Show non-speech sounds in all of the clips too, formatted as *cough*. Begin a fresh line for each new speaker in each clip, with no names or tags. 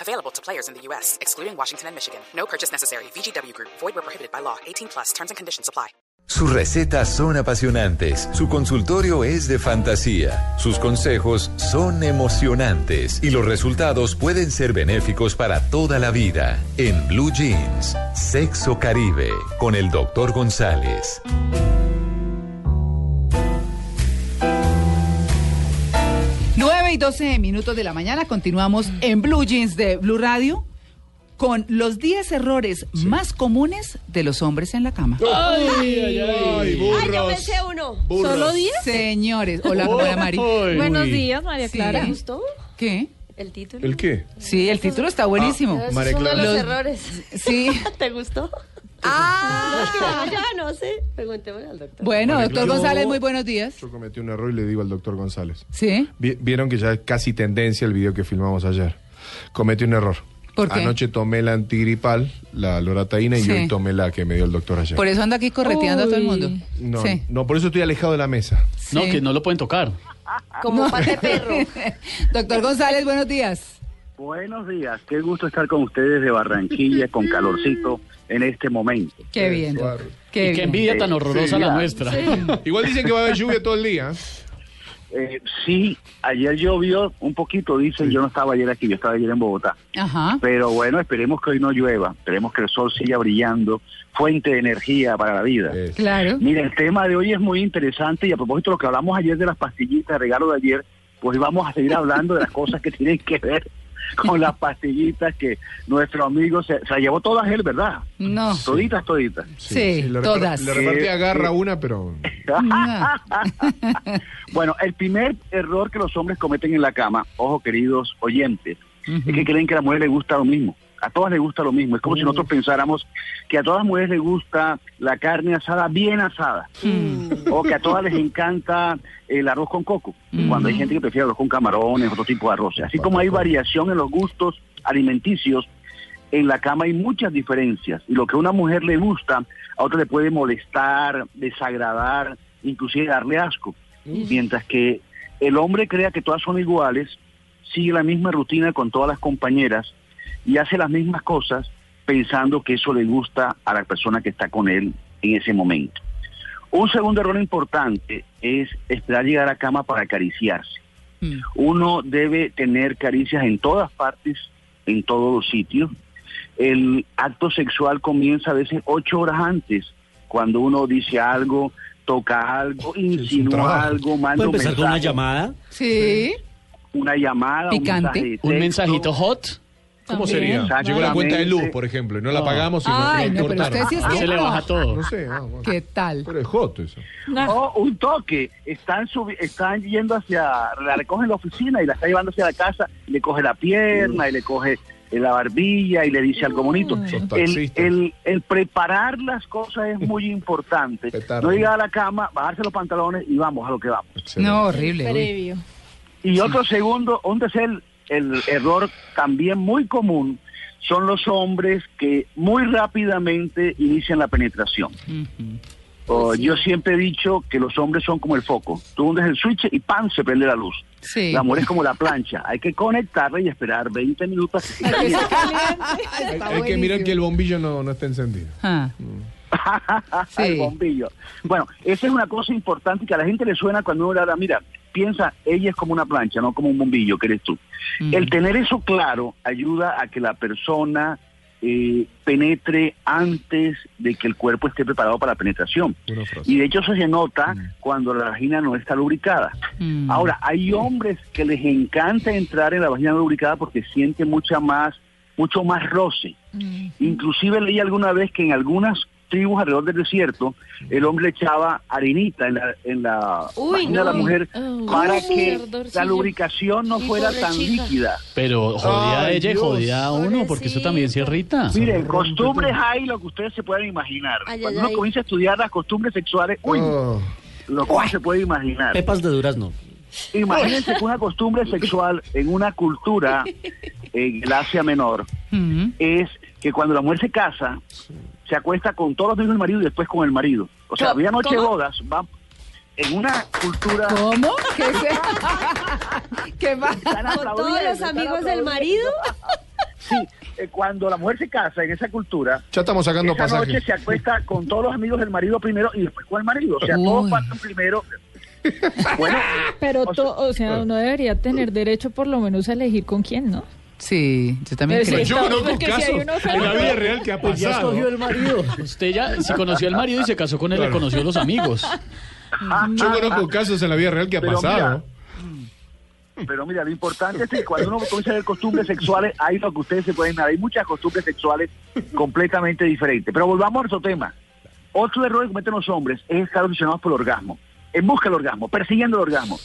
Available to players in the U.S., excluding Washington and Michigan. No purchase necessary. VGW Group, void were prohibited by law. 18 plus terms and conditions apply.
Sus recetas son apasionantes, su consultorio es de fantasía, sus consejos son emocionantes y los resultados pueden ser benéficos para toda la vida. En Blue Jeans, Sexo Caribe, con el Dr. González.
Nueve y 12 minutos de la mañana continuamos en Blue Jeans de Blue Radio con los 10 errores más comunes de los hombres en la cama.
Ay, yo me sé uno.
¿Solo 10?
Señores, hola, hola Mari.
Buenos días, María
Sí.
Clara.
¿Gustó
¿Qué?
el título?
¿El qué?
Sí, el título está buenísimo.
Esos
María
son Pues, uno de los,
Clara.
errores.
*laughs*
Sí.
¿Te gustó?
Ah.
No, ya no sé. Preguntémosle al doctor.
Bueno,
María
doctor
Clara.
González, muy buenos días.
Yo cometí un error y le digo al doctor González.
Sí.
Vi- Vieron que ya es casi tendencia el video que filmamos ayer. Cometí un error.
¿Por qué?
Anoche tomé la antigripal, la loratadina,
Sí.
y hoy tomé la que me dio el doctor ayer.
Por eso anda aquí correteando a todo el mundo.
no,
sí.
no, por eso estoy alejado de la mesa.
No,
sí.
que no lo pueden tocar.
Como pate perro.
*laughs* Doctor González, buenos días.
Buenos días, qué gusto estar con ustedes de Barranquilla, con calorcito en este momento.
Qué bien. doc.
suave.
Qué
y qué
bien.
envidia tan horrorosa
Sí,
la
ya.
nuestra.
Igual dicen que va a haber lluvia todo el día.
Eh, sí, ayer llovió un poquito, dicen, yo no estaba ayer aquí, yo estaba ayer en Bogotá.
Ajá.
Pero bueno, esperemos que hoy no llueva, esperemos que el sol siga brillando, fuente de energía para la vida.
Eh,
Claro.
Mira, el tema de hoy es muy interesante y a propósito de lo que hablamos ayer de las pastillitas, regalo de ayer, pues vamos a seguir hablando de las cosas que *laughs* tienen que ver con las pastillitas que nuestro amigo se, se la llevó todas él, ¿verdad?
No. Sí,
Toditas, toditas.
Eh, le repar-
todas.
Le repartí agarra una, pero.
No.
*laughs* Bueno, el primer error que los hombres cometen en la cama, ojo queridos oyentes, es que creen que a la mujer le gusta lo mismo. A todas les gusta lo mismo. Es como si nosotros pensáramos que a todas las mujeres les gusta la carne asada bien asada. O que a todas les encanta el arroz con coco. Cuando hay gente que prefiere arroz con camarones, otro tipo de arroz. Así como hay variación en los gustos alimenticios, en la cama hay muchas diferencias y lo que a una mujer le gusta a otra le puede molestar, desagradar, inclusive darle asco. Mientras que el hombre crea que todas son iguales, sigue la misma rutina con todas las compañeras y hace las mismas cosas pensando que eso le gusta a la persona que está con él en ese momento. Un segundo error importante es esperar llegar a cama para acariciarse
Mm.
uno debe tener caricias en todas partes, en todos los sitios. El acto sexual comienza a veces ocho horas antes, cuando uno dice algo, toca algo, insinúa
trabajo.
algo, manda un mensaje,
llamada?
Sí.
una llamada,
Picante.
un mensaje de
¿Un
texto.
mensajito hot?
¿Cómo
También.
sería? Llegó la cuenta de luz,
Exactamente.
por ejemplo, y no la pagamos y
Ay,
nos
no, pero
cortaron.
usted sí es
Ah.
Ahí
que
Ah, se le baja
no.
todo.
No sé, ah, bueno.
¿Qué tal?
Pero es joto eso.
O un toque, están subi- están yendo hacia, la recoge en la oficina y la está llevando hacia la casa, y le coge la pierna y le coge eh, la barbilla y le dice algo bonito.
Son
El,
taxistas.
el- el preparar las cosas es muy importante.
Petardo.
No llegar a la cama, bajarse los pantalones y vamos a lo que vamos.
Excelente.
No, horrible. uy.
Previo.
Y otro segundo, donde es el, el error también muy común, son los hombres que muy rápidamente inician la penetración. Oh, Yo siempre he dicho que los hombres son como el foco. Tú hundes el switch y ¡pam! se prende la luz.
Sí.
La mujer es como la plancha. Hay que conectarla y esperar 20 minutos. a que se caliente.
Hay, hay que mirar que el bombillo no, no está encendido.
Ah. Sí.
*laughs* al bombillo. Bueno, esa es una cosa importante que a la gente le suena cuando uno le habla, mira, piensa, ella es como una plancha, no como un bombillo, que eres tú. El tener eso claro ayuda a que la persona eh, penetre antes de que el cuerpo esté preparado para la penetración.
Una frase. Mm.
Y de hecho eso se nota cuando la vagina no está lubricada.
Mm.
Ahora, hay hombres que les encanta entrar en la vagina lubricada porque
Mm.
sienten mucha más, mucho más roce. Inclusive leí alguna vez que en algunas tribus alrededor del desierto, el hombre echaba harinita en la, en la
Uy,
vagina de la
no. Oh.
mujer
Uy,
para
sí,
que la
ardorcillo.
lubricación no
Sí,
fuera
pobre
tan
chica.
líquida.
Pero jodía a
Ay,
ella y
Dios.
jodía a uno, porque eso también se irrita.
Miren, costumbres hay lo que ustedes se pueden imaginar.
Ay,
Cuando
ay,
uno
ay.
comienza a estudiar las costumbres sexuales, uy,
Oh.
lo que uno se puede imaginar.
Pepas de durazno.
Imagínense que una costumbre sexual en una cultura en el Asia Menor es que cuando la mujer se casa, se acuesta con todos los hijos del marido y después con el marido. O sea,
Co-
había noche de
¿cómo?
bodas, va en una cultura...
¿Cómo?
*laughs*
¿Qué, se- ¿Qué va?
Están
Con todos
aplaudiendo,
los
están
amigos del
aplaudiendo.
marido.
Sí, eh, cuando la mujer se casa en esa cultura,
Ya estamos sacando
esa noche
pasajes.
se acuesta con todos los amigos del marido primero y después con el marido. O sea, todos
Uy.
pasan primero. Bueno,
Pero,
o
to- o sea, uno debería tener derecho por lo menos a elegir con quién, ¿no?
Sí, yo también
Pero
creo.
sí.
Yo
No,
conozco
porque si hay
casos
uno feo.
en la vida real que ha
Pues ya
pasado.
escogió el marido.
Usted ya, si conoció al marido y se casó con él, le conoció a los amigos.
Yo conozco casos en la vida real que ha
Ah, Pero
pasado.
Pero mira, lo importante es que cuando uno comienza a ver costumbres sexuales, hay lo que ustedes se pueden dar. Hay muchas costumbres sexuales completamente diferentes. Pero volvamos a nuestro tema. Otro error que cometen los hombres es estar obsesionados por el orgasmo. En busca del orgasmo, persiguiendo el orgasmo.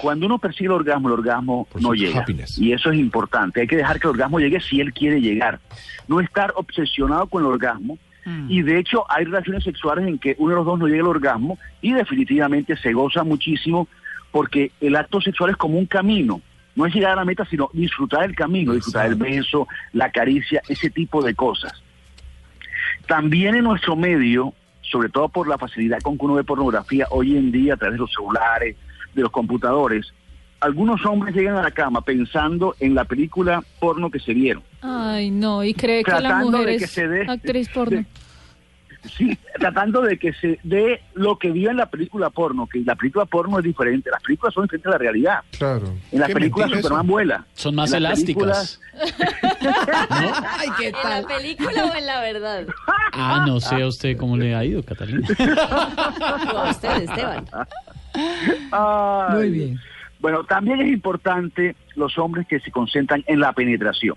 Cuando uno persigue el orgasmo, el orgasmo
Pursuit
no
of
llega.
happiness.
Y eso es importante. Hay que dejar que el orgasmo llegue si él quiere llegar. No estar obsesionado con el orgasmo. Y de hecho hay relaciones sexuales en que uno de los dos no llega al orgasmo y definitivamente se goza muchísimo porque el acto sexual es como un camino. No es llegar a la meta, sino disfrutar del camino, disfrutar del beso, la caricia, ese tipo de cosas. También en nuestro medio, sobre todo por la facilidad con que uno ve pornografía hoy en día a través de los celulares, de los computadores, algunos hombres llegan a la cama pensando en la película porno que se vieron.
Ay, no, y cree que la
Tratando
mujer
de que
es
se dé-
actriz porno.
de- Sí, tratando de que se dé lo que vio en la película porno, que la película porno es diferente, las películas son diferentes a la realidad.
Claro.
En las
Qué
películas
mentira eso.
Superman vuela.
Son más
En las
elásticas.
*laughs* Ay, ¿qué
¿En la
tal?
película o en la verdad?
Ah, no sé a usted cómo le ha ido, Catalina.
O a usted, Esteban.
películas- Ay.
Muy bien.
Bueno, también es importante los hombres que se concentran en la penetración.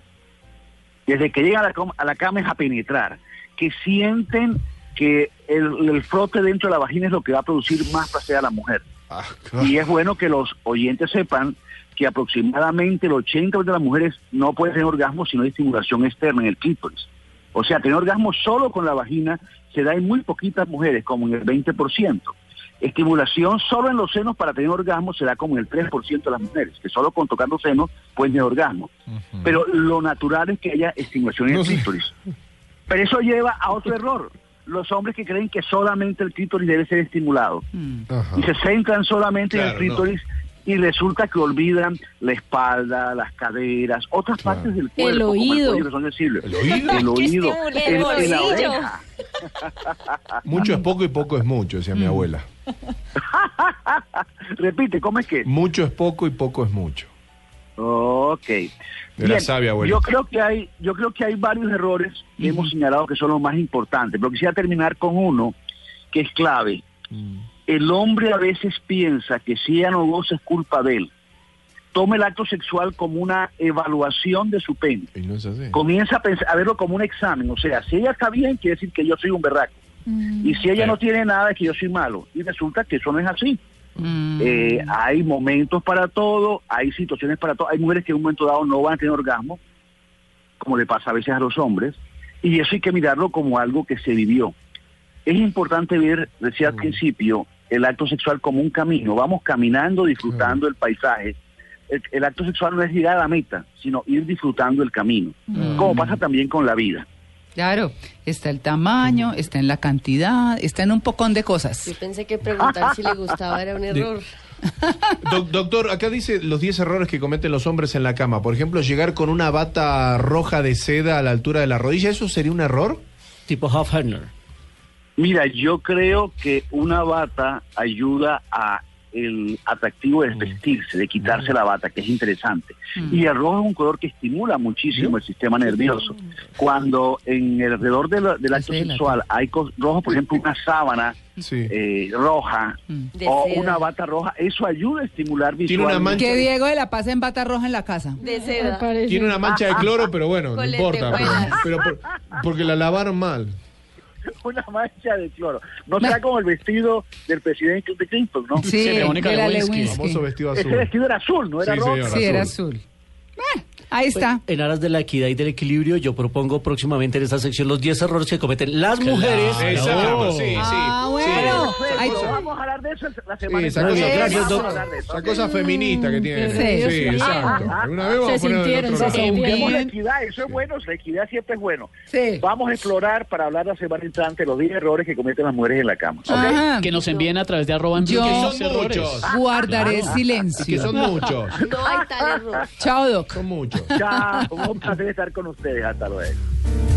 Desde que llegan a la, com- a la cama es a penetrar, que sienten que el, el frote dentro de la vagina es lo que va a producir más placer a la mujer.
Ah, claro.
Y es bueno que los oyentes sepan que aproximadamente el 80% de las mujeres no pueden tener orgasmo si no hay estimulación externa en el clítoris. O sea, tener orgasmo solo con la vagina se da en muy poquitas mujeres, como en el 20%. Estimulación solo en los senos para tener orgasmo se da como en el 3% de las mujeres, que solo con tocando senos pueden tener orgasmo. Pero lo natural es que haya estimulación en
No
el
sé.
clítoris. Pero eso lleva a otro error. Los hombres que creen que solamente el clítoris debe ser estimulado
Ajá.
y se centran solamente en el
Claro, no.
clítoris y resulta que olvidan la espalda, las caderas, otras
Claro.
partes del cuerpo,
El
como
oído.
que son sensibles.
*laughs*
El
oído.
el oído,
estímulo.
el-
El
en la
bolsillo.
oreja.
Mucho es poco y poco es mucho, decía mi abuela.
Repite, ¿cómo es que?
Mucho es poco y poco es mucho.
Ok.
Era sabia, abuela.
yo creo que hay, yo creo que hay varios errores que
Mm.
hemos señalado que son los más importantes, pero quisiera terminar con uno que es clave.
Mm.
El hombre a veces piensa que si ella no goza es culpa de él. Toma el acto sexual como una evaluación de su pene.
Y no es así.
comienza a, pensar, a verlo como un examen. O sea, si ella está bien, quiere decir que yo soy un berraco. Y si ella
Claro.
no tiene nada, es que yo soy malo. Y resulta que eso no es así.
Mm.
Eh, hay momentos para todo, hay situaciones para todo. Hay mujeres que en un momento dado no van a tener orgasmo, como le pasa a veces a los hombres. Y eso hay que mirarlo como algo que se vivió. Es importante ver, decía al principio, el acto sexual como un camino. Vamos caminando, disfrutando el paisaje. El, el acto sexual no es llegar a la meta, sino ir disfrutando el camino. Como pasa también con la vida.
Claro, está el tamaño, está en la cantidad, está en un pocón de cosas.
Yo pensé que preguntar si le gustaba era un error.
Doc- doctor, acá dice los 10 errores que cometen los hombres en la cama. Por ejemplo, llegar con una bata roja de seda a la altura de la rodilla, ¿eso sería un error?
Tipo Huff Hefner.
Mira, yo creo que una bata ayuda a el atractivo de vestirse, de quitarse la bata, que es interesante. Y el rojo es un color que estimula muchísimo el sistema nervioso. Cuando en el alrededor de la- del acto
Escena.
sexual hay cos- rojo, por ejemplo, una sábana
Sí.
eh, roja
De
o
seda.
una bata roja, eso ayuda a estimular
Tiene una
visualmente.
Que Diego de la Paz en bata roja en la casa.
De
Me
seda.
parece.
Tiene una mancha de cloro, pero bueno, no
Con
importa. Pero,
lentejuelas.
pero por- porque la lavaron mal.
*laughs* una mancha de cloro. No será como el vestido del presidente de Clinton, ¿no?
Sí,
de Mónica
de la
Lewinsky.
Lewinsky.
Famoso vestido azul.
Ese vestido era azul, no era
Sí,
rojo.
señor.
Sí, era
azul.
azul. Bueno, ahí está.
Pues, En aras de la equidad y del equilibrio, yo propongo próximamente en esta sección los 10 errores que cometen las mujeres.
Exacto, sí, sí.
Ah, bueno. Ahí
Pero
está.
vamos a hablar de eso la semana
Sí, esa
que
cosa,
viene.
gracias,
Vamos a
doctor.
hablar de eso,
esa
ok.
cosa feminista que tiene.
Sí,
Sí,
Dios mío.
exacto. Una vez vamos a
Se
poner
sintieron,
el otro
se
lado.
Busquemos la
sintieron.
equidad, eso es bueno, la equidad siempre es bueno.
Sí.
Vamos a explorar para hablar la semana entrante los 10 errores que cometen las mujeres en la cama. ¿ok?
Ajá.
Que nos envíen a través de arroba en
Yo-
Blue Jeans
Son
errores.
muchos.
Guardaré
Que son
silencio.
muchos.
No hay tal error.
Chao, Doc.
Son muchos.
Chao, un placer estar con ustedes. Hasta luego.